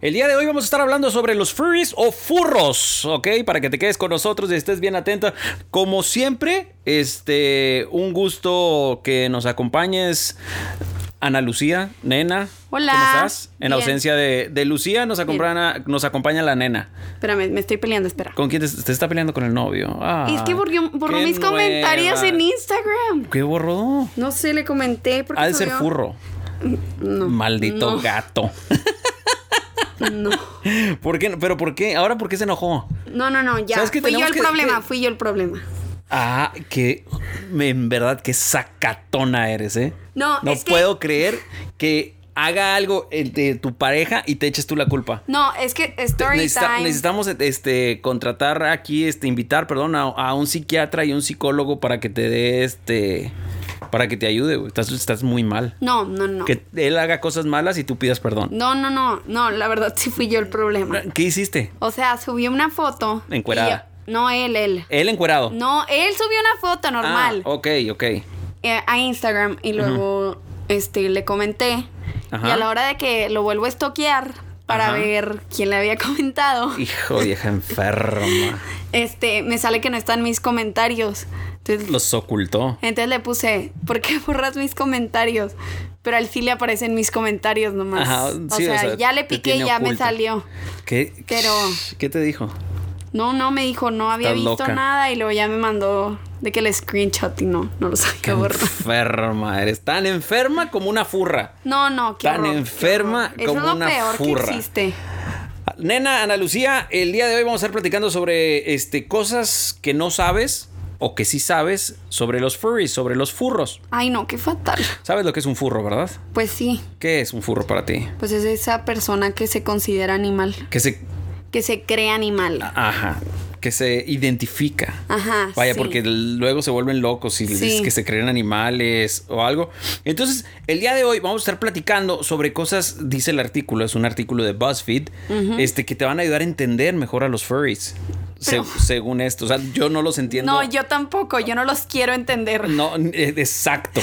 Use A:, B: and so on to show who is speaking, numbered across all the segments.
A: El día de hoy vamos a estar hablando sobre los furries o furros, ¿ok? Para que te quedes con nosotros y estés bien atenta. Como siempre, este, un gusto que nos acompañes. Ana Lucía, nena.
B: Hola.
A: ¿Cómo estás? En
B: Bien.
A: ausencia de, de Lucía, nos acompaña, nos acompaña la nena.
B: Espérame, me estoy peleando, espera.
A: ¿Con quién te, te está peleando con el novio? Ah,
B: es que borrió- borró
A: qué
B: mis
A: nueva.
B: comentarios en Instagram.
A: ¿Qué borró?
B: No sé, le comenté porque.
A: Ha de ser
B: subió-
A: furro.
B: No.
A: Maldito
B: no,
A: gato.
B: No.
A: ¿Por qué? ¿Pero por qué? ¿Ahora por qué se enojó?
B: No, no, no, ya.
A: ¿Sabes qué?
B: Fui yo
A: Tenemos
B: el
A: que-
B: problema,
A: que-
B: fui yo el problema.
A: Ah, que en verdad que sacatona eres, ¿eh?
B: No,
A: no
B: es que-
A: puedo creer que haga algo el de tu pareja y te eches tú la culpa.
B: No, es que
A: Te-
B: story
A: necesita-
B: time.
A: Necesitamos este contratar aquí, este, invitar, perdón, a, a un psiquiatra y un psicólogo para que te dé este. Para que te ayude, güey. Estás, estás muy mal.
B: No, no, no.
A: Que él haga cosas malas y tú pidas perdón.
B: No, no, no. No, la verdad sí fui yo el problema.
A: ¿Qué hiciste?
B: O sea, subió una foto. y
A: Encuerada.
B: yo- No, él, él.
A: Él encuerado.
B: No, él subió una
A: Ah,
B: foto
A: oh.
B: normal.
A: ok, ok.
B: eh, a Instagram y luego este le comenté
A: Ajá.
B: y a la hora de que lo vuelvo a estoquear para
A: Ajá.
B: ver quién le había comentado,
A: Hijo vieja enferma.
B: este me sale que no están mis comentarios. Entonces,
A: Los ocultó.
B: entonces le puse, "¿Por qué borras mis comentarios?" Pero al sí le aparecen mis comentarios nomás.
A: Ajá,
B: o,
A: sí,
B: sea, ya le
A: te
B: piqué y
A: tiene
B: ya me
A: oculto.
B: salió.
A: ¿Qué?
B: Pero-
A: ¿Qué te dijo?
B: No, no me dijo, no había
A: Estás
B: visto
A: loca.
B: nada y luego ya me mandó de que el screenshot y no, no lo
A: Qué
B: sabía borrar.
A: enferma eres. Tan enferma como una furra.
B: No, no, qué
A: Tan
B: horror, qué
A: enferma
B: horror. Eso
A: como
B: es lo
A: una
B: peor
A: furra.
B: que existe.
A: Nena, Ana Lucía, el día de hoy vamos a estar platicando sobre este, cosas que no sabes o que sí sabes sobre los furries, sobre los furros.
B: Ay, no, qué fatal.
A: ¿Sabes lo que es un furro, verdad?
B: Pues sí,
A: ¿Qué es un furro para ti?
B: pues es esa persona que se considera animal,
A: Que se...
B: que se cree animal.
A: Ah, Ajá. Que se identifica.
B: Ajá.
A: Vaya,
B: sí.
A: porque luego se vuelven locos y les
B: Sí.
A: dices que se creen animales o algo. Entonces, el día de hoy vamos a estar platicando sobre cosas, dice el artículo, es un artículo de BuzzFeed, este, que te van a ayudar a entender mejor a los furries, se- según esto. O sea, yo no los entiendo.
B: No, yo tampoco, yo no los quiero entender.
A: No, eh, exacto,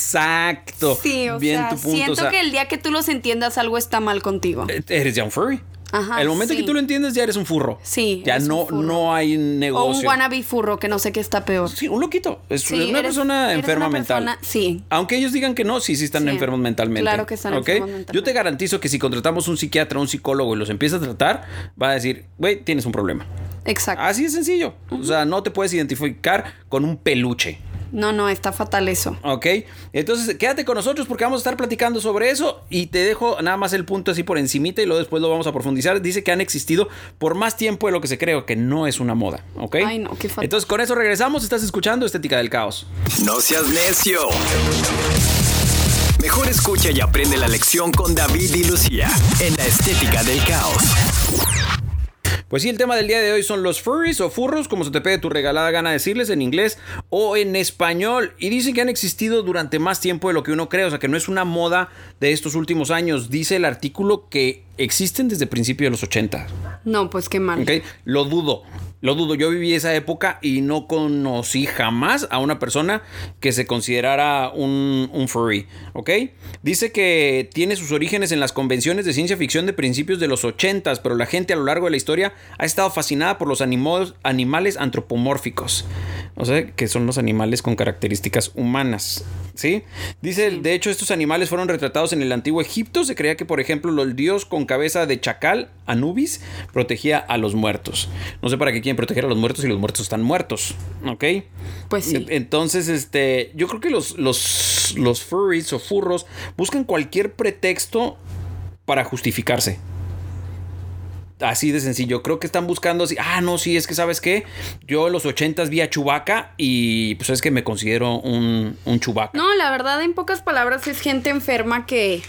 A: exacto.
B: Sí, o
A: Bien
B: sea,
A: tu punto.
B: siento
A: o sea, eh,
B: que el día que tú los entiendas algo está mal contigo.
A: eres ya un furry.
B: Ajá,
A: el momento
B: sí.
A: que tú lo entiendes ya eres un furro.
B: Sí,
A: Ya
B: eres un
A: no,
B: furro.
A: no hay
B: o
A: negocio.
B: un wannabe furro, que no sé qué está peor.
A: Sí, un loquito. Es
B: Sí,
A: una
B: eres-
A: persona
B: eres
A: enferma
B: una
A: mental.
B: persona- sí.
A: Aunque ellos digan que no, sí, sí están
B: Sí.
A: enfermos mentalmente.
B: Claro que están
A: ¿ok?
B: enfermos mentalmente.
A: Yo te garantizo que si contratamos un psiquiatra, un psicólogo y los empiezas a tratar, va a decir, güey, tienes un problema.
B: Exacto.
A: Así es sencillo. O sea, no te puedes identificar con un peluche.
B: No, no, está fatal eso.
A: ¿Ok? Entonces, quédate con nosotros porque vamos a estar platicando sobre eso y te dejo nada más el punto así por encimita y luego después lo vamos a profundizar. Dice que han existido por más tiempo de lo que se creo, que no es una moda. ¿Ok?
B: Ay, no, qué fatal.
A: Entonces, con eso regresamos. Estás escuchando Estética del Caos.
C: No seas necio. Mejor escucha y aprende la lección con David y Lucía en la Estética del Caos.
A: Pues sí, el tema del día de hoy son los furries o furros, como se te pegue tu regalada gana decirles en inglés o en español. Y dicen que han existido durante más tiempo de lo que uno cree, o sea que no es una moda de estos últimos años. Dice el artículo que existen desde principios de los 80.
B: No, pues qué mal.
A: ¿ok? Lo dudo, lo dudo. Yo viví esa época y no conocí jamás a una persona que se considerara un, un furry, ¿ok? Dice que tiene sus orígenes en las convenciones de ciencia ficción de principios de los 80, pero la gente a lo largo de la historia ha estado fascinada por los animos- animales antropomórficos, o sea, que son los animales con características humanas, ¿sí? Dice, de hecho, estos animales fueron retratados en el antiguo Egipto. Se creía que, por ejemplo, el dios con cabeza de chacal, Anubis, protegía a los muertos. No sé para qué quieren proteger a los muertos si los muertos están muertos, ¿ok?
B: Pues sí.
A: Eh, E-, Entonces, este, yo creo que los, los, los furries o furros buscan cualquier pretexto para justificarse. Así de sencillo. Creo que están buscando así. Ah, no, sí, es que sabes qué. Yo en los 80 vi a Chubaca y pues es que me considero un, un Chewbacca.
B: No, la verdad, en pocas palabras, es gente enferma que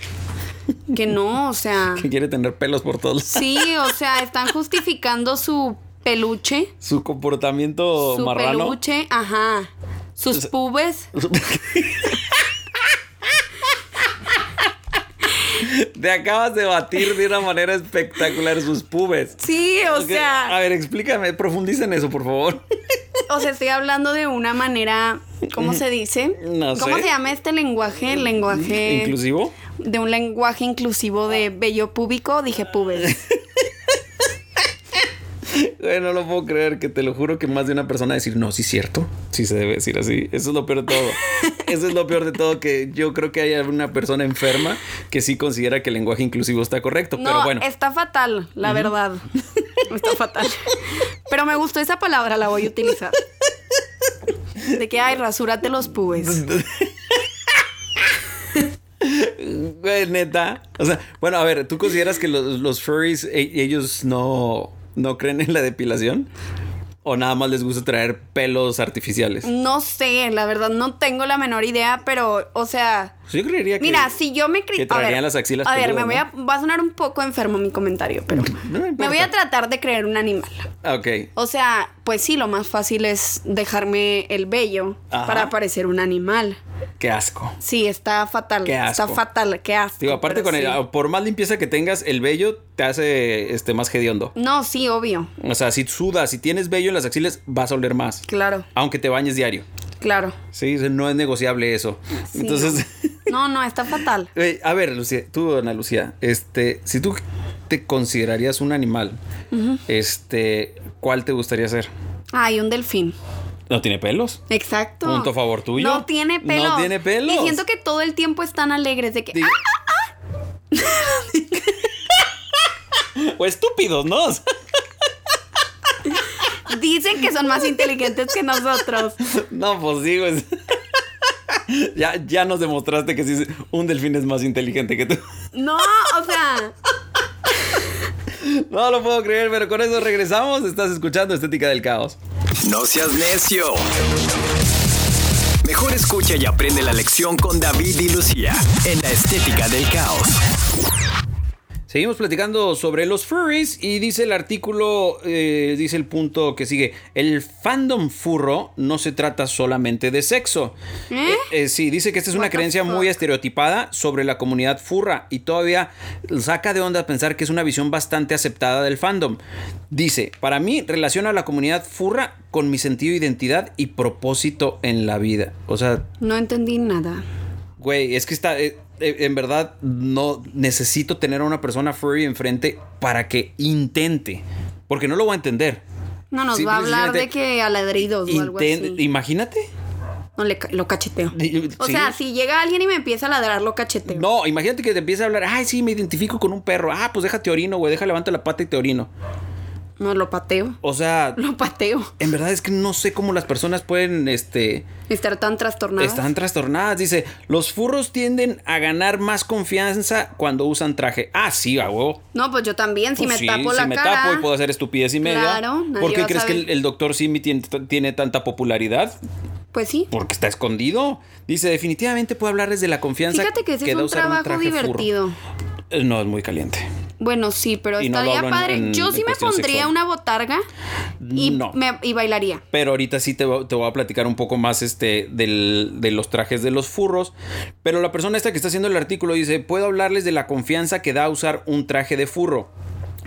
B: Que no, o sea.
A: que quiere tener pelos por todos lados.
B: Sí, o sea, están justificando su peluche.
A: Su comportamiento
B: Su
A: marrano.
B: peluche, ajá. Sus pubes.
A: Te acabas de batir de una manera espectacular sus pubes.
B: Sí, o
A: Ok,
B: sea.
A: A ver, explícame, profundiza en eso, por favor.
B: O sea, estoy hablando de una manera. ¿Cómo se dice?
A: No
B: ¿Cómo
A: sé.
B: se llama este lenguaje? El lenguaje.
A: ¿Inclusivo?
B: De un lenguaje inclusivo de bello púbico, dije pubes.
A: Güey, no lo puedo creer, que te lo juro que más de una persona decir, no, sí es cierto, sí se debe decir así. Eso es lo peor de todo. Eso es lo peor de todo, que yo creo que hay alguna persona enferma que sí considera que el lenguaje inclusivo está correcto, pero
B: No,
A: bueno.
B: está fatal, la verdad. Está fatal. Pero me gustó esa palabra, la voy a utilizar. De que, ay, rasúrate los pubes.
A: Güey, neta. O sea, bueno, a ver, ¿tú consideras que los, los furries, e- ellos no, no creen en la depilación? ¿O nada más les gusta traer pelos artificiales?
B: No sé, la verdad, no tengo la menor idea, pero, o sea,
A: Pues yo creería que...
B: Mira, si yo me
A: que
B: cri-
A: traerían las axilas
B: A ver, me
A: peludas,
B: voy a. Va a sonar un poco enfermo mi comentario, pero.
A: No me
B: me voy
A: importa.
B: a tratar de creer un animal.
A: Ah, Ok.
B: O sea, pues sí, lo más fácil es dejarme el vello
A: Ajá.
B: para parecer un animal.
A: Qué asco.
B: Sí, está fatal.
A: Qué asco.
B: Está fatal, qué asco.
A: Digo, aparte
B: pero
A: con el,
B: sí.
A: por más limpieza que tengas, el vello te hace este más hediondo.
B: No, sí, obvio.
A: O sea, si sudas, si tienes vello en las axilas, vas a oler más.
B: Claro,
A: Aunque te bañes diario.
B: claro.
A: Sí, o sea, no es negociable eso.
B: Sí,
A: Entonces,
B: No, no, está fatal.
A: eh, a ver, Lucía, tú, Ana Lucía, este, si tú te considerarías un animal, este, ¿cuál te gustaría ser?
B: Ay, un delfín.
A: No tiene pelos.
B: Exacto.
A: Punto a favor tuyo.
B: No tiene
A: No
B: pelos.
A: tiene pelos.
B: Y siento que todo el tiempo están alegres de que.
A: Digo-
B: ah,
A: o estúpidos, ¿no? O sea,
B: ¡Ah! Dicen que son más inteligentes que nosotros.
A: No, pues digo, ya, ya nos demostraste que sí, un delfín es más inteligente que tú.
B: No, o sea,
A: No lo puedo creer, pero con eso regresamos. Estás escuchando Estética del Caos.
C: No seas necio. Mejor escucha y aprende la lección con David y Lucía en la estética del caos.
A: Seguimos platicando sobre los furries y dice el artículo, eh, dice el punto que sigue, el fandom furro no se trata solamente de sexo.
B: ¿Eh?
A: Eh, eh, sí, dice que esta es
B: What
A: una
B: the
A: creencia muy
B: fuck?
A: estereotipada sobre la comunidad furra y todavía saca de onda pensar que es una visión bastante aceptada del fandom. Dice, para mí relaciona a la comunidad furra con mi sentido de identidad y propósito en la vida. O sea,
B: no entendí nada.
A: Güey, es que está. eh, eh, en verdad, no necesito tener a una persona furry enfrente para que intente. Porque no lo voy a entender.
B: No nos
A: Sí,
B: va a hablar de
A: precisamente,
B: que aladridos o algo
A: Inten-
B: así.
A: Imagínate.
B: No le ca- lo cacheteo.
A: Di-
B: O
A: sí.
B: sea, si llega alguien y me empieza a ladrar, lo cacheteo.
A: No, imagínate que te empiece a hablar. Ay, sí, me identifico con un perro. Ah, pues déjate orino, güey. Deja levanto la pata y te orino.
B: No, lo pateo.
A: O sea,
B: Lo pateo.
A: en verdad es que no sé cómo las personas pueden, este.
B: Estar tan trastornado.
A: Están trastornadas. Dice, los furros tienden a ganar más confianza cuando usan traje. Ah, sí, a huevo.
B: No, pues yo también, si
A: Pues
B: me
A: sí,
B: tapo
A: si
B: la
A: me
B: cara.
A: tapo y puedo hacer estupidez y media.
B: Claro, nadie
A: ¿Por qué
B: va a
A: crees que
B: saber.
A: el, el doctor Simi tiene, tiene tanta popularidad?
B: Pues sí.
A: Porque está escondido. Dice, definitivamente puedo hablarles de la confianza
B: Fíjate que ese es
A: da
B: un
A: usar
B: trabajo
A: traje furro.
B: divertido.
A: Eh, No, es muy caliente.
B: Bueno, sí, pero
A: Y no lo
B: estaría
A: hablo en-
B: padre.
A: en-
B: yo
A: en
B: sí me
A: cuestión
B: pondría
A: sexual.
B: una botarga y,
A: No.
B: me- y bailaría.
A: Pero ahorita sí te, va- te voy a platicar un poco más este, del- de los trajes de los furros. Pero la persona esta que está haciendo el artículo dice, puedo hablarles de la confianza que da usar un traje de furro.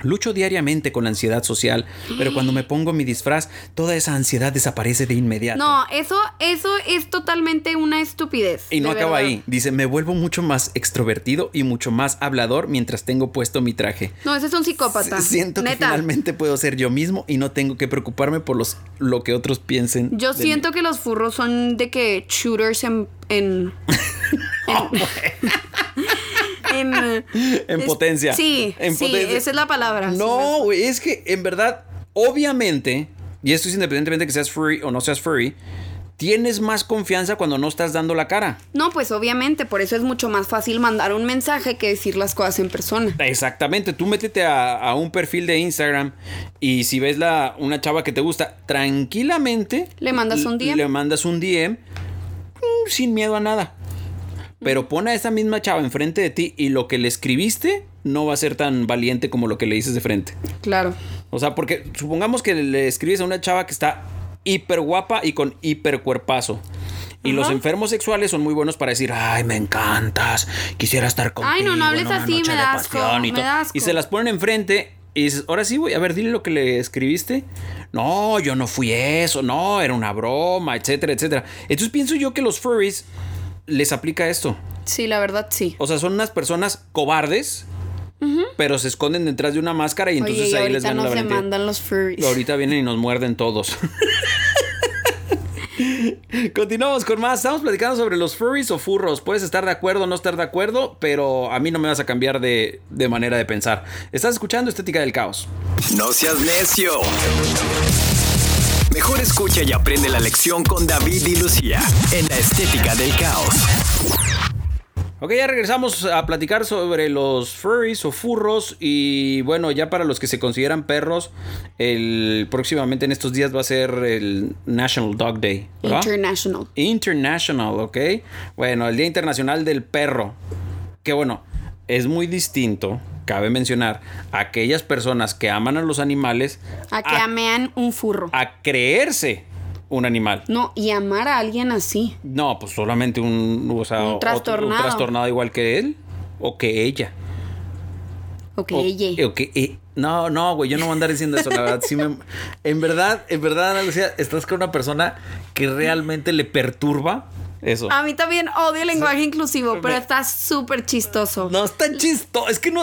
A: Lucho diariamente con la ansiedad social, pero cuando me pongo mi disfraz, toda esa ansiedad desaparece de inmediato.
B: No, eso, eso es totalmente una estupidez.
A: Y no
B: de
A: acaba
B: verdad.
A: ahí. Dice, me vuelvo mucho más extrovertido y mucho más hablador mientras tengo puesto mi traje.
B: No, ese es un psicópata.
A: S- Siento que
B: Neta.
A: finalmente puedo ser yo mismo y no tengo que preocuparme por los, lo que otros piensen.
B: Yo
A: de
B: siento que los furros son de que shooters en. en. en,
A: mí. Oh, En
B: es-
A: potencia.
B: Sí,
A: En
B: sí,
A: potencia.
B: esa es la palabra.
A: No, güey, es que en verdad, obviamente, y esto es independientemente de que seas furry o no seas furry, tienes más confianza cuando no estás dando la cara.
B: No, pues obviamente, por eso es mucho más fácil mandar un mensaje que decir las cosas en persona.
A: Exactamente, tú métete a, a un perfil de Instagram y si ves la, una chava que te gusta, tranquilamente
B: Le mandas un DM.
A: Le mandas un DM mm, sin miedo a nada. Pero pon a esa misma chava enfrente de ti y lo que le escribiste no va a ser tan valiente como lo que le dices de frente.
B: Claro.
A: O sea, porque supongamos que le escribes a una chava que está hiper guapa y con hiper cuerpazo. Y los
B: Ajá.
A: enfermos sexuales son muy buenos para decir, ay, me encantas, quisiera estar contigo.
B: Ay, no, no hables
A: en una
B: así,
A: noche
B: me
A: de
B: da asco,
A: pasión y
B: me
A: todo".
B: da asco.
A: Y se las ponen enfrente y dices, ahora sí, güey, a ver, dile lo que le escribiste. No, yo no fui eso, no, era una broma, etcétera, etcétera. Entonces pienso yo que los furries les aplica esto.
B: Sí, la verdad sí.
A: O sea, son unas personas cobardes, pero se esconden detrás de una máscara y entonces
B: Oye, y
A: ahí les
B: ahorita
A: ganan
B: no
A: la
B: se
A: valentía.
B: mandan los furries.
A: Ahorita vienen y nos muerden todos. Continuamos con más. Estamos platicando sobre los furries o furros. Puedes estar de acuerdo o no estar de acuerdo, pero a mí no me vas a cambiar de, de manera de pensar. Estás escuchando Estética del Caos.
C: No seas necio. Mejor escucha y aprende la lección con David y Lucía en la estética del caos.
A: Ok, ya regresamos a platicar sobre los furries o furros. Y bueno, ya para los que se consideran perros, el, próximamente en estos días va a ser el National Dog Day. ¿verdad?
B: International.
A: International, ¿ok? Bueno, el Día Internacional del Perro. Que bueno, es muy distinto, cabe mencionar, a aquellas personas que aman a los animales
B: A que
A: a-
B: amean un furro.
A: a creerse un animal.
B: No, y amar a alguien así.
A: No, pues solamente un, o sea,
B: Un
A: otro- un
B: trastornado.
A: trastornado igual que él o que ella.
B: Ok,
A: O-
B: ye.
A: o que- eh, no, no, güey, yo no voy a andar diciendo eso, la verdad. sí me-
D: En verdad, en verdad, Ana Lucía, estás con una persona que realmente le perturba.
A: eso.
B: A mí también odio el lenguaje inclusivo, pero está súper chistoso.
D: No, es tan chistoso. Es que no.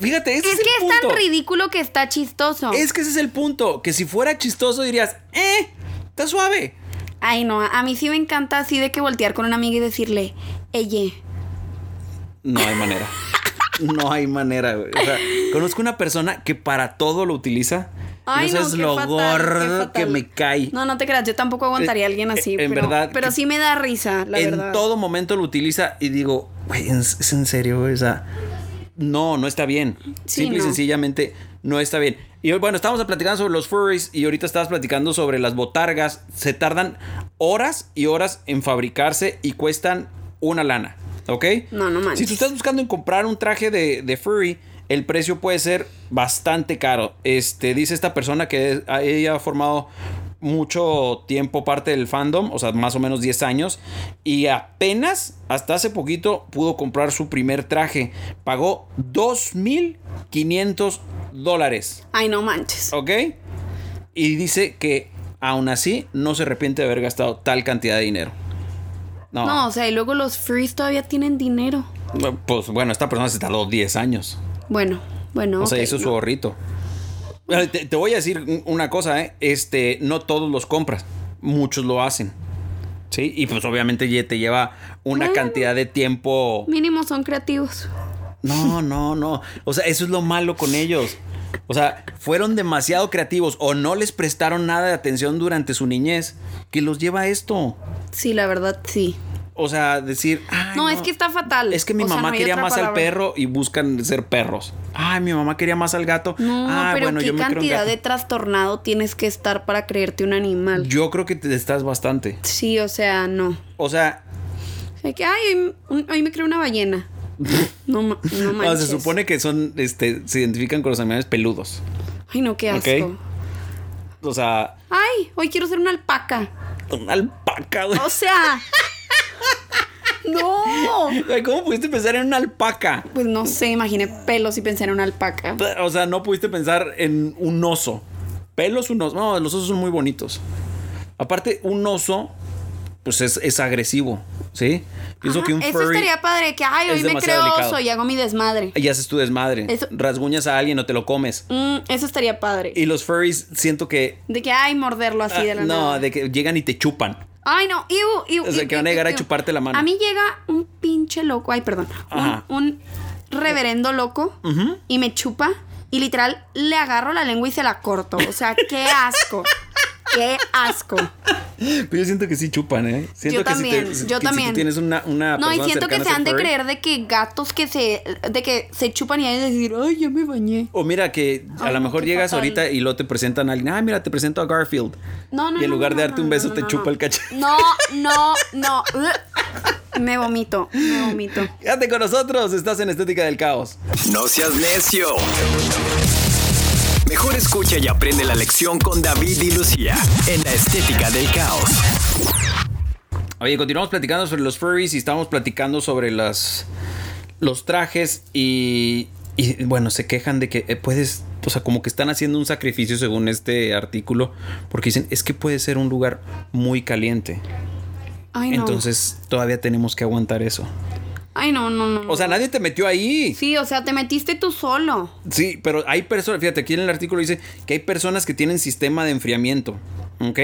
D: Fíjate, ese
B: es
D: es,
B: que
D: el
B: es tan
D: punto.
B: ridículo que está chistoso.
D: Es que ese es el punto. Que si fuera chistoso dirías, eh, está suave.
B: Ay, no, a mí sí me encanta así de que voltear con una amiga y decirle, ella.
A: No hay manera. No hay manera, güey. O sea, conozco una persona que para todo lo utiliza. no
B: Ay, no,
A: sabes
B: qué
A: lo
B: fatal, qué
A: gordo que
B: fatal.
A: me cae.
B: No, no te creas, yo tampoco aguantaría a alguien así.
A: eh, en
B: pero,
A: verdad
B: Pero
A: que-
B: sí me da risa, la
A: en
B: verdad.
A: todo momento lo utiliza y digo, güey, ¿en- es en serio, güey. O sea, no, no está bien.
B: Sí,
A: Simple y
B: no.
A: sencillamente no está bien. Y hoy, bueno, estábamos platicando sobre los furries y ahorita estabas platicando sobre las botargas. Se tardan horas y horas en fabricarse y cuestan una lana, ¿ok?
B: No, no manches.
A: Si tú estás buscando en comprar un traje de, de furry, el precio puede ser bastante caro. Este, dice esta persona que es- a- ella ha formado mucho tiempo parte del fandom, o sea, más o menos 10 años, y apenas hasta hace poquito pudo comprar su primer traje. Pagó 2.500 dólares,
B: Ay, no manches.
A: ¿ok? Y dice que aún así no se arrepiente de haber gastado tal cantidad de dinero.
B: No, o sea, y luego los frees todavía tienen dinero.
A: No, Pues bueno, esta persona se tardó 10 años.
B: Bueno, bueno.
A: o sea,
B: ok,
A: hizo su
B: no.
A: ahorrito. Bueno, Te, te voy a decir un- una cosa, ¿eh? Este, no todos los compras. Muchos lo hacen. Sí, y pues obviamente ya te lleva una
B: Bueno.
A: cantidad de tiempo.
B: Mínimo son creativos.
A: No, no, no. O sea, eso es lo malo con ellos. O sea, fueron demasiado creativos o no les prestaron nada de atención durante su niñez que los lleva a esto.
B: Sí, la verdad, sí.
A: O sea, decir. "Ay,
B: No, es que está fatal.
A: Es que mi
B: O sea,
A: mamá
B: no hay
A: quería
B: otra
A: más al
B: palabra.
A: perro y buscan ser perros. Ay, mi mamá quería más al gato.
B: No,
A: ah,
B: pero
A: bueno,
B: qué
A: yo me creo un
B: cantidad
A: gato".
B: de trastornado tienes que estar para creerte un animal.
A: Yo creo que te estás bastante.
B: Sí, o sea, no.
A: O sea,
B: O sea, que, ay, hoy, un- hoy me creo una ballena. No, ma- no
A: o
B: manches.
A: Ah, se supone que son, este, se identifican con los animales peludos.
B: Ay, no, qué asco.
A: Ok. O sea,
B: Ay, hoy quiero ser una alpaca.
A: una alpaca, güey.
B: O sea. no.
A: Güey, ¿Cómo pudiste pensar en una alpaca?
B: Pues no sé, imaginé pelos y pensé en una alpaca.
A: O sea, no pudiste pensar en un oso. Pelos, un oso. No, los osos son muy bonitos. Aparte, un oso, pues es, es agresivo, ¿sí? Pienso
B: Ajá,
A: que un
B: Eso
A: furry
B: estaría padre, que ay,
A: es
B: hoy me
A: demasiado
B: creo
A: delicado.
B: oso y hago mi desmadre.
A: y haces tu desmadre.
B: Eso-
A: Rasguñas a alguien o te lo comes.
B: Mm, eso estaría padre.
A: Y los furries siento que...
B: De que, ay, morderlo así
A: ah,
B: de la
A: no,
B: nada.
A: de que llegan y te chupan.
B: Ay, no, iu, iu,
A: O sea,
B: iu,
A: que van a
B: iu,
A: llegar a
B: iu.
A: chuparte la mano.
B: A mí llega un pinche loco, ay, perdón, un-
A: Ajá.
B: un, reverendo loco y me chupa y literal le agarro la lengua y se la corto. O sea, qué asco. Qué asco.
A: Pero yo siento que sí chupan, ¿eh? Siento
B: yo
A: que si te-
B: también,
A: que
B: yo
A: si
B: también.
A: tú tienes una, una
B: No, y
A: persona
B: siento
A: cercana
B: que se
A: a ser
B: han de
A: furry.
B: creer de que gatos que se de que se chupan y hay de decir, "Ay, ya me bañé."
A: O mira que a
B: Ay,
A: lo
B: no,
A: mejor
B: qué
A: llegas
B: fatal.
A: ahorita y lo te presentan a alguien. Ah, mira, te presento a Garfield.
B: No, no.
A: Y en
B: no,
A: lugar
B: no,
A: de
B: no,
A: darte
B: no,
A: un beso,
B: no,
A: te
B: no,
A: chupa
B: no.
A: el cachete.
B: No, no, no. Ugh. Me vomito, me vomito.
A: Quédate con nosotros, estás en Estética del Caos.
C: No seas necio. Mejor escucha y aprende la lección con David y Lucía en la Estética del Caos.
A: Oye, continuamos platicando sobre los furries y estamos platicando sobre las, los trajes y, y, bueno, se quejan de que eh, puedes, o sea, como que están haciendo un sacrificio según este artículo, porque dicen, es que puede ser un lugar muy caliente.
B: Ay, no.
A: Entonces todavía tenemos que aguantar eso.
B: Ay, no, no, no.
A: O sea, nadie te metió ahí.
B: sí, o sea, te metiste tú solo.
A: Sí, pero hay personas, fíjate, aquí en el artículo dice que hay personas que tienen sistema de enfriamiento, ¿ok?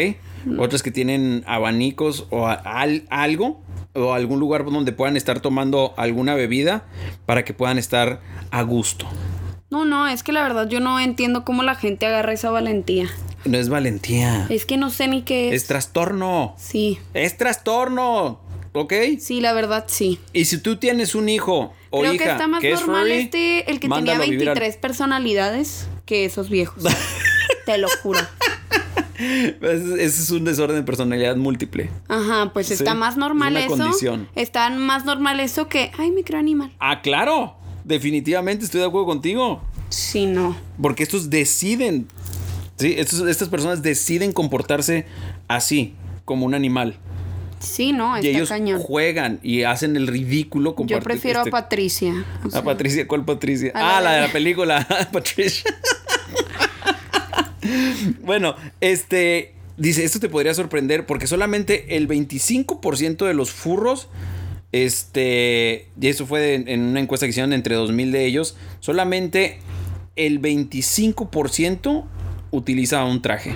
A: Otras que tienen abanicos o a- al- algo, o algún lugar donde puedan estar tomando alguna bebida para que puedan estar a gusto.
B: No, no, es que la verdad yo no entiendo cómo la gente agarra esa valentía.
A: No es valentía, es,
B: Es que no sé ni qué es.
A: trastorno,
B: Sí,
A: es trastorno, ¿ok?
B: sí, la verdad sí.
A: Y si tú tienes un hijo o
B: Creo
A: hija
B: que está más
A: que es
B: normal
A: furry,
B: este, el que tenía
A: mándalo a vivir al-
B: 23 personalidades que esos viejos. Te lo juro.
A: Ese ese es un desorden de personalidad múltiple.
B: Ajá, pues
A: Sí,
B: está más normal
A: es una
B: eso.
A: condición.
B: Está más normal eso que, ay, microanimal.
A: Ah, claro. Definitivamente estoy de acuerdo contigo.
B: Sí, no.
A: Porque estos deciden. Sí, estos- estas personas deciden comportarse así, como un animal.
B: Sí, no,
A: y
B: está
A: ellos
B: cañón.
A: juegan y hacen el ridículo
B: Yo
A: comparti-
B: prefiero
A: este-
B: a Patricia. o sea,
A: A Patricia, ¿cuál Patricia?
B: Pues A la
A: ah, la de
B: de-
A: la película, Patricia. bueno, este dice, esto te podría sorprender porque solamente el 25% de los furros este, y eso fue en, en una encuesta que hicieron entre 2000 de ellos, solamente el 25% utiliza un traje.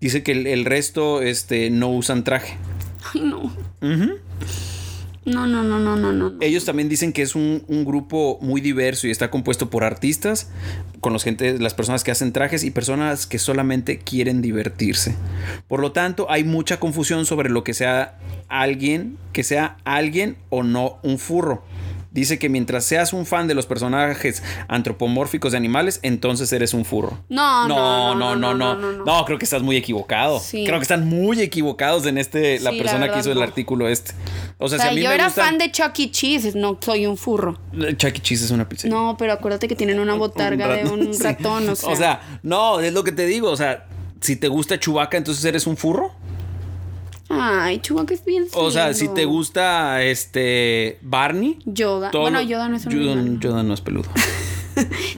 A: Dice que el, el resto este, no usan traje.
B: Ay, no. No, no, no, no, no, no.
A: Ellos también dicen que es un, un grupo muy diverso y está compuesto por artistas, con los gente, las personas que hacen trajes y personas que solamente quieren divertirse. Por lo tanto, hay mucha confusión sobre lo que sea alguien, que sea alguien o no un furro. Dice que mientras seas un fan de los personajes antropomórficos de animales, entonces eres un furro.
B: No, no,
A: no, no, no.
B: no, no, no.
A: creo que estás muy equivocado.
B: Sí.
A: Creo que están muy equivocados en este la
B: Sí, la
A: persona que
B: verdad,
A: hizo el
B: no.
A: artículo este. O sea,
B: O sea,
A: si a mí
B: yo
A: me
B: era
A: gustan-
B: fan de Chuck E. Cheese, no soy un furro.
A: Chuck E. Cheese es una pizzería.
B: No, pero acuérdate que tienen una botarga
A: rat-
B: de un
A: sí.
B: ratón, o sea.
A: no, es lo que te digo. O sea, si te gusta Chubaca, entonces eres un furro.
B: Ay, Chewbacca es bien
A: O sea, si
B: lindo.
A: te gusta este Barney.
B: Yoda.
A: todo
B: bueno,
A: lo-
B: Yoda no es un
A: Yoda-
B: animal.
A: Yoda no es peludo.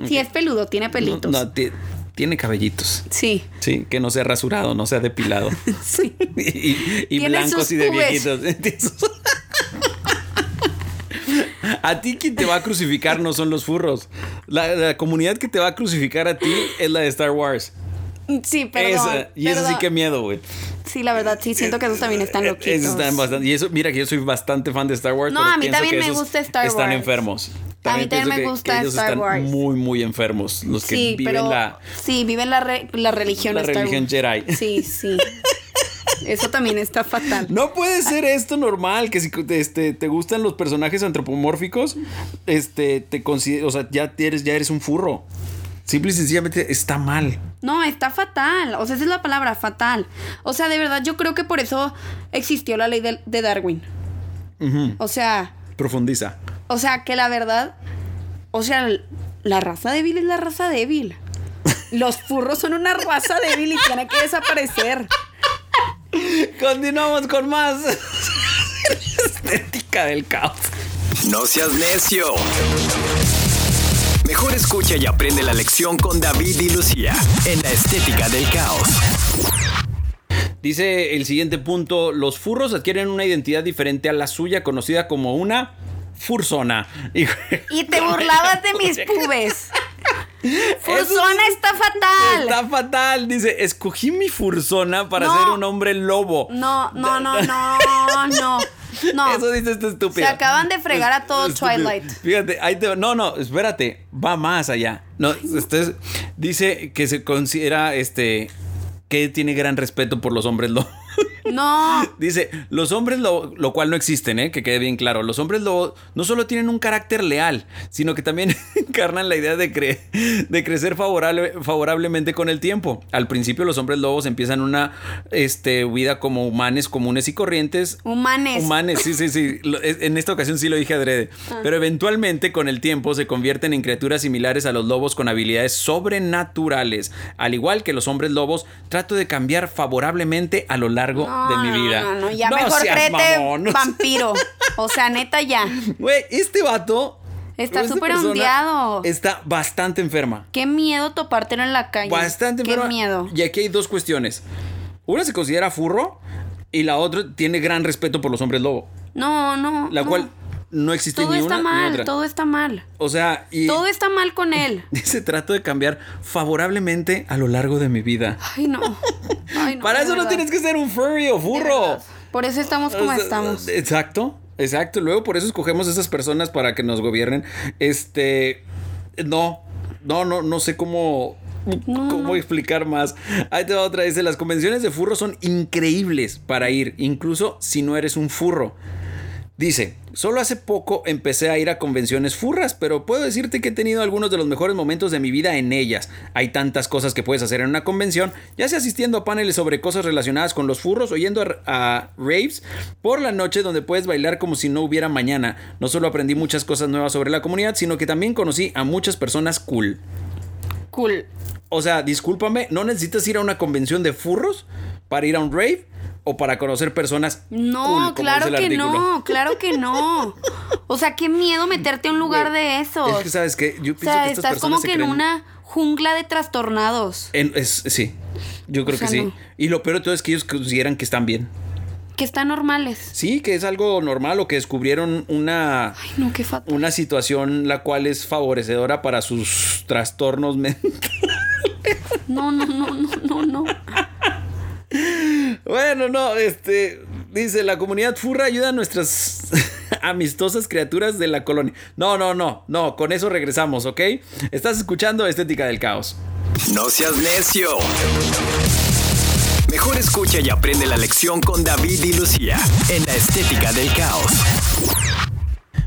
B: Sí, es peludo, tiene pelitos.
A: No, ti- tiene cabellitos.
B: Sí,
A: Sí, que no sea rasurado, no sea depilado.
B: sí.
A: y y- y
B: Tiene
A: blancos
B: sus
A: y de
B: pubes.
A: viejitos. Tiene sus- A ti quien te va a crucificar no son los furros. La, la comunidad que te va a crucificar a ti es la de Star Wars.
B: Sí, perdón.
A: Esa- y eso sí
B: perdón.
A: que miedo, güey.
B: Sí, la verdad, sí, siento que esos también están
A: Eh,
B: loquitos.
A: esos están bastante- y eso, mira que yo soy bastante fan de Star Wars.
B: No,
A: pero
B: a mí
A: pienso
B: también
A: que
B: me
A: esos
B: gusta Star
A: Están
B: Wars.
A: enfermos.
B: A mí también
A: pienso
B: me
A: que- que
B: gusta
A: ellos
B: Star
A: están
B: Wars.
A: Muy, muy enfermos. Los que
B: sí,
A: viven
B: pero,
A: la.
B: Sí, viven la, re- la religión.
A: la
B: Star Wars.
A: religión Jedi.
B: Sí, sí. Eso también está fatal.
A: No puede ser esto normal, que si este, te gustan los personajes antropomórficos, este, te consider- o sea, ya eres, ya eres un furro. Simple y sencillamente está mal.
B: No, está fatal. O sea, esa es la palabra, fatal. O sea, de verdad, yo creo que por eso existió la ley del- de, Darwin.
A: Ujú.
B: O sea,
A: Profundiza.
B: o sea, que la verdad, o sea, l- la raza débil es la raza débil. Los furros son una raza débil y tienen que desaparecer.
A: Continuamos con más. Estética del caos.
C: No seas necio. Mejor escucha y aprende la lección con David y Lucía en la Estética del Caos.
A: Dice el siguiente punto, los furros adquieren una identidad diferente a la suya conocida como una fursona. Y-
B: Y te burlabas de mis pubes. Fursona está fatal.
A: Está fatal, dice, escogí mi fursona para
B: No.
A: ser un hombre lobo.
B: No, no, no, no, no. No.
A: Eso dice este estúpido.
B: Se acaban de fregar a todo
A: Estúpido.
B: Twilight.
A: Fíjate, ahí te- no, no, espérate, va más allá. No, este es- dice que se considera este que tiene gran respeto por los hombres lobo.
B: No.
A: Dice, los hombres, lo, lo cual no existen, ¿eh? que quede bien claro, los hombres lo, no solo tienen un carácter leal, sino que también encarnan la idea de, cre- de crecer favorable, favorablemente con el tiempo. Al principio los hombres lobos empiezan una este, vida como humanes comunes y corrientes.
B: Humanes.
A: Humanes, sí, sí, sí. Lo- es- En esta ocasión sí lo dije adrede.
B: Ah.
A: Pero eventualmente, con el tiempo, se convierten en criaturas similares a los lobos con habilidades sobrenaturales. Al igual que los hombres lobos, trato de cambiar favorablemente a lo largo de mi vida.
B: No, no, ya mejor
A: seas
B: créete
A: mamón, no seas-
B: vampiro. O sea, neta ya.
A: Güey, este vato.
B: Está
A: esta
B: súper
A: persona
B: ondeado.
A: Está bastante enferma.
B: Qué miedo topártelo en la calle.
A: Bastante
B: Qué
A: enferma.
B: miedo.
A: Y aquí hay dos cuestiones. Una se considera furro y la otra tiene gran respeto por los hombres lobo.
B: No, no.
A: La
B: no.
A: cual no existe
B: Todo
A: ni
B: está
A: una ni
B: mal,
A: otra.
B: todo está mal.
A: O sea, y
B: Todo está mal con él.
A: dice trato de cambiar favorablemente a lo largo de mi vida.
B: Ay, no. Ay, no,
A: Para
B: de
A: eso no
B: verdad,
A: tienes que ser un furry o
B: de
A: furro.
B: verdad. Por eso estamos como
A: O sea,
B: estamos.
A: Exacto, exacto. Luego por eso escogemos esas personas para que nos gobiernen. Este, no, no, no, no sé cómo. ¿Cómo explicar más? Ahí te va otra. Dice, las convenciones de furro son increíbles para ir, incluso si no eres un furro. Dice, solo hace poco empecé a ir a convenciones furras, pero puedo decirte que he tenido algunos de los mejores momentos de mi vida en ellas. Hay tantas cosas que puedes hacer en una convención, ya sea asistiendo a paneles sobre cosas relacionadas con los furros o yendo a, a raves por la noche donde puedes bailar como si no hubiera mañana. No solo aprendí muchas cosas nuevas sobre la comunidad, sino que también conocí a muchas personas cool.
B: Cool.
A: O sea, discúlpame, no necesitas ir a una convención de furros para ir a un rave o para conocer personas. cool,
B: No,
A: como
B: claro
A: dice
B: que
A: el artículo.
B: no, claro que no. O sea, qué miedo meterte a un lugar de esos.
A: Es que sabes que yo
B: o
A: pienso
B: sea,
A: que estas
B: estás como
A: personas se
B: que en
A: creen-
B: una jungla de trastornados.
A: en- es- sí, yo creo
B: O sea,
A: que sí.
B: no.
A: Y lo peor de todo es que ellos consideran que están bien.
B: Que están normales.
A: Sí, que es algo normal o que descubrieron una,
B: Ay, no, qué fatal.
A: una situación la cual es favorecedora para sus trastornos mentales.
B: No, no, no, no, no, no.
A: Bueno, no, este. Dice, la comunidad furra ayuda a nuestras amistosas criaturas de la colonia. No, no, no, no, con eso regresamos, ¿ok? Estás escuchando Estética del Caos.
C: No seas necio. Mejor escucha y aprende la lección con David y Lucía en la estética del caos.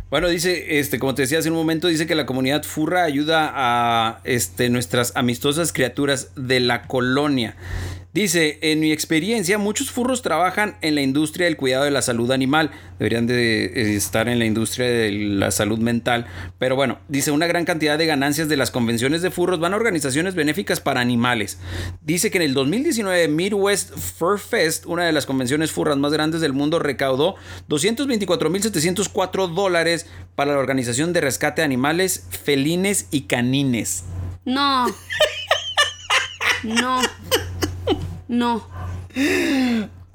A: Bueno, dice, este, como te decía hace un momento, dice que la comunidad furra ayuda a este, nuestras amistosas criaturas de la colonia. Dice, en mi experiencia, muchos furros trabajan en la industria del cuidado de la salud animal. Deberían de eh, estar en la industria de la salud mental. Pero bueno, dice, una gran cantidad de ganancias de las convenciones de furros van a organizaciones benéficas para animales. Dice que en el 2019 Midwest Fur Fest, una de las convenciones furras más grandes del mundo, recaudó 224.704 dólares para la organización de rescate de animales felines y canines.
B: No. No. No.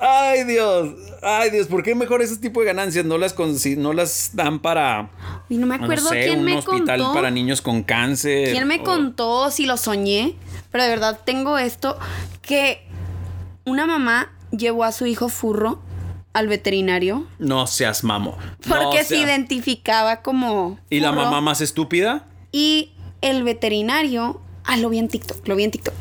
A: Ay Dios, ay Dios, ¿por qué mejor ese tipo de ganancias no las, consi- no las dan para
B: Y no me
A: Ah, no
B: acuerdo
A: sé,
B: quién
A: un
B: me
A: hospital
B: contó.
A: para niños con cáncer? Oh,
B: ¿Quién me
A: o-
B: contó si lo soñé? Pero de verdad tengo esto que una mamá llevó a su hijo furro al veterinario
A: No seas mamo.
B: porque
A: No
B: se
A: seas-
B: identificaba como
A: ¿Y la
B: furro.
A: mamá más estúpida?
B: y el veterinario Ah, lo vi en TikTok, lo vi en Tiktok.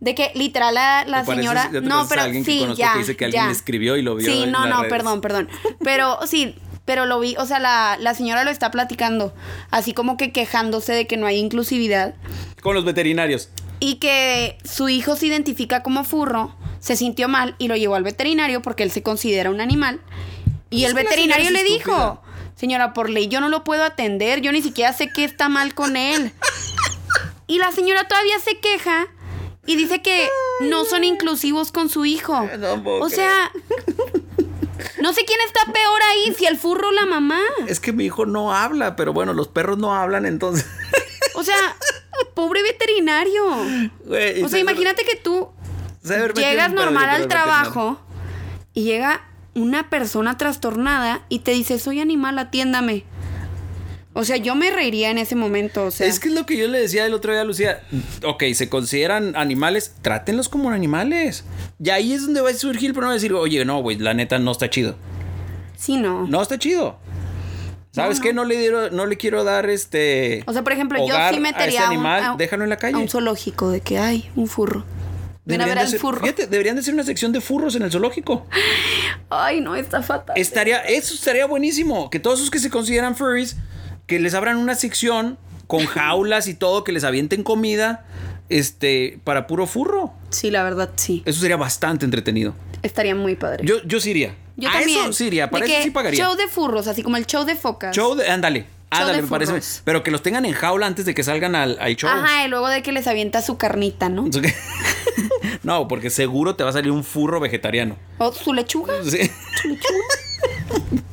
B: De que literal la, la
A: ¿Te pareces-
B: señora.
A: ya te
B: no,
A: pareces a
B: pero
A: alguien que
B: sí,
A: conozco
B: ya.
A: que dice que alguien
B: ya.
A: le escribió y lo vio
B: Sí,
A: en
B: no,
A: las
B: no,
A: redes?
B: perdón, perdón. Pero sí, pero lo vi, o sea, la, la señora lo está platicando, así como que quejándose de que no hay inclusividad.
A: Con los veterinarios.
B: y que su hijo se identifica como furro, se sintió mal y lo llevó al veterinario porque él se considera un animal.
A: Pues Es
B: Y
A: que
B: el
A: la
B: veterinario
A: señora
B: le
A: es
B: dijo, señora, por ley yo no lo puedo atender, yo ni siquiera sé qué está mal con él. Y la señora todavía se queja y dice que no son inclusivos con su hijo.
A: No puedo
B: o sea, no sé quién está peor ahí, si el furro o la mamá.
A: Es que mi hijo no habla, pero bueno, los perros no hablan, entonces.
B: O sea, pobre veterinario.
A: Güey, y
B: O sea,
A: se-
B: imagínate que tú
A: se haber metido
B: Llegas
A: un pedo, yo
B: normal
A: creo,
B: al
A: el
B: trabajo y llega una persona trastornada y te dice, soy animal, atiéndame. O sea, yo me reiría en ese momento, o sea.
A: Es que es lo que yo le decía el otro día a Lucía. Ok, se consideran animales, trátenlos como animales. Y ahí es donde va a surgir el problema de decir, oye, no, güey, la neta no está chido.
B: Sí, no.
A: No está chido. ¿Sabes qué? No le, dieron- no le quiero dar este.
B: O sea, por ejemplo, yo
A: hogar
B: sí
A: a ese
B: metería a un-
A: animal,
B: a un-
A: déjalo en la calle.
B: a un zoológico de que hay un furro. Ven a ver
A: de
B: al
A: ser-
B: furro.
A: fíjate, deberían de ser una sección de furros en el zoológico.
B: Ay, no, está fatal.
A: Estaría, eso estaría buenísimo. Que todos esos que se consideran furries, que les abran una sección con jaulas y todo, que les avienten comida, este, para puro furro.
B: Sí, la verdad, sí.
A: Eso sería bastante entretenido.
B: Estaría muy padre.
A: Yo, yo sí iría.
B: Yo
A: a
B: también.
A: eso sí iría, para
B: De
A: eso
B: que
A: sí pagaría.
B: Show de furros, así como el show de focas.
A: Show de, ándale, ándale,
B: de
A: me parece.
B: furros.
A: Pero que los tengan en jaula antes de que salgan al, al show.
B: Ajá, y luego de que les avienta su carnita, ¿no?
A: No, porque seguro te va a salir un furro vegetariano.
B: O su lechuga.
A: Sí.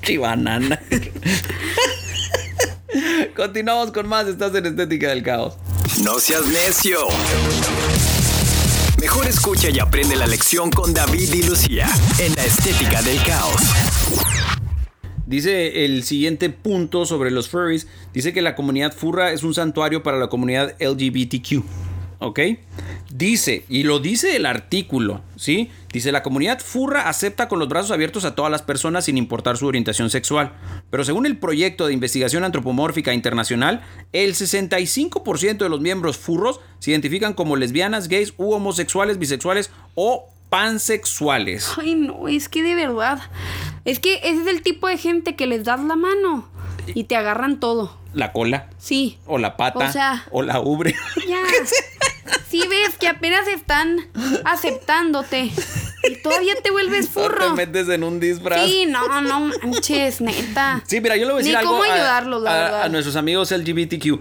A: Chibanana. Continuamos con más. Estás en Estética del Caos.
C: No seas necio. Mejor escucha y aprende la lección con David y Lucía en la estética del caos.
A: Dice el siguiente punto sobre los furries. Dice que la comunidad furra es un santuario para la comunidad LGBTQ. ¿Ok? Dice, y lo dice el artículo, ¿sí? Dice, la comunidad furra acepta con los brazos abiertos a todas las personas sin importar su orientación sexual. Pero según el proyecto de investigación antropomórfica internacional, el 65% de los miembros furros se identifican como lesbianas, gays u homosexuales, bisexuales o pansexuales.
B: Ay, no, es que de verdad. Es que ese es el tipo de gente que les das la mano y te agarran todo.
A: La cola.
B: Sí.
A: O la pata.
B: O sea-
A: o la ubre.
B: Ya. Sí ves que apenas están aceptándote y todavía te vuelves
A: Te
B: furro.
A: metes en un disfraz.
B: Sí, no, no manches, neta.
A: Sí, mira, yo le voy a decir
B: Ni
A: algo
B: cómo
A: a-
B: ayudarlos, la
A: a,
B: verdad.
A: a nuestros amigos LGBTQ.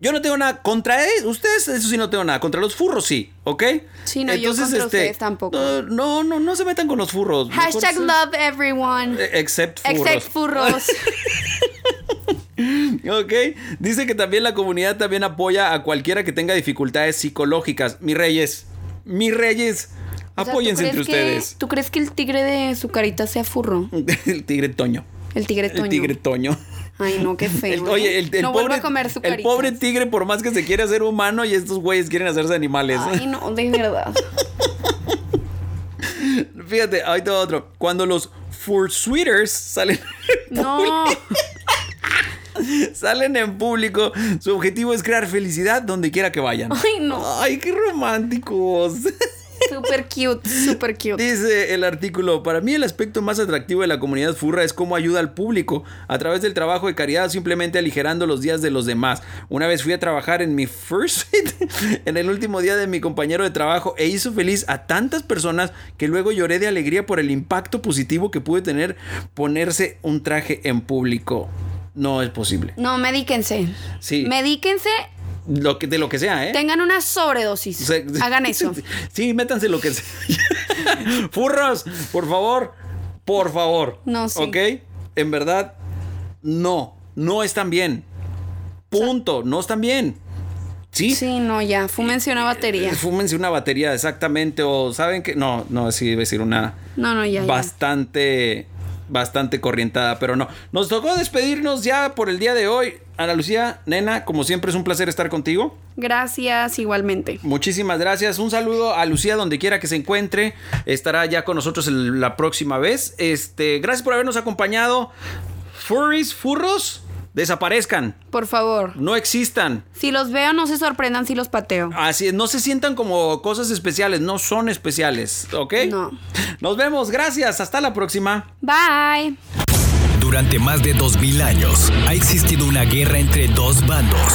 A: Yo no tengo nada contra e- ustedes, eso sí no tengo nada. Contra los furros sí, ¿ok?
B: Sí, no, yo contra ustedes tampoco.
A: eh, No, no, no se metan con los furros. Mejor
B: Hashtag
A: se-
B: love everyone.
A: eh, Except furros.
B: Except furros.
A: Ok, dice que también la comunidad también apoya a cualquiera que tenga dificultades psicológicas. Mis reyes, mis reyes,
B: O sea, ¿tú
A: apóyense
B: crees
A: entre
B: que-
A: ustedes.
B: ¿Tú crees que el tigre de su carita sea furro?
A: El tigre Toño.
B: El tigre toño.
A: El tigre Toño.
B: Ay, no, qué feo.
A: El-
B: ¿eh?
A: oye, el, el
B: no vuelvo
A: pobre,
B: a comer su
A: el
B: carita.
A: pobre tigre, por más que se quiere hacer humano, y estos güeyes quieren hacerse animales.
B: Ay, no, de verdad.
A: Fíjate, ahí todo otro. Cuando los fursuiters salen,
B: No.
A: salen en público, su objetivo es crear felicidad donde quiera que vayan.
B: Ay, no.
A: Ay, qué románticos.
B: Super cute, super cute.
A: Dice el artículo, para mí el aspecto más atractivo de la comunidad furra es cómo ayuda al público a través del trabajo de caridad, simplemente aligerando los días de los demás. Una vez fui a trabajar en mi first en el último día de mi compañero de trabajo e hizo feliz a tantas personas que luego lloré de alegría por el impacto positivo que pude tener ponerse un traje en público. No es posible.
B: No, medíquense.
A: Sí.
B: Medíquense,
A: Lo que, de lo que sea, ¿eh?
B: tengan una sobredosis.
A: O sea,
B: Hagan eso.
A: Sí, métanse lo que sea. Furros, por favor. Por favor.
B: No, sí.
A: ¿Ok? En verdad, no. No están bien. Punto. No están bien. Sí.
B: Sí, no, ya. Fúmense una batería.
A: Fúmense una batería, exactamente. O saben que. No, no, sí, iba a decir una.
B: No, no, ya. ya.
A: Bastante. Bastante corrientada, pero no. Nos tocó despedirnos ya por el día de hoy. Ana Lucía, nena, como siempre es un placer estar contigo.
B: Gracias, igualmente.
A: Muchísimas gracias. Un saludo a Lucía donde quiera que se encuentre. Estará ya con nosotros el- la próxima vez. Este, gracias por habernos acompañado. Furries, furros, desaparezcan.
B: Por favor.
A: No existan.
B: Si los veo, no se sorprendan si los pateo.
A: Así, es, no se sientan como cosas especiales. No son especiales, ¿ok?
B: No.
A: Nos vemos. Gracias. Hasta la próxima.
B: Bye.
C: Durante más de 2000 años ha existido una guerra entre dos bandos.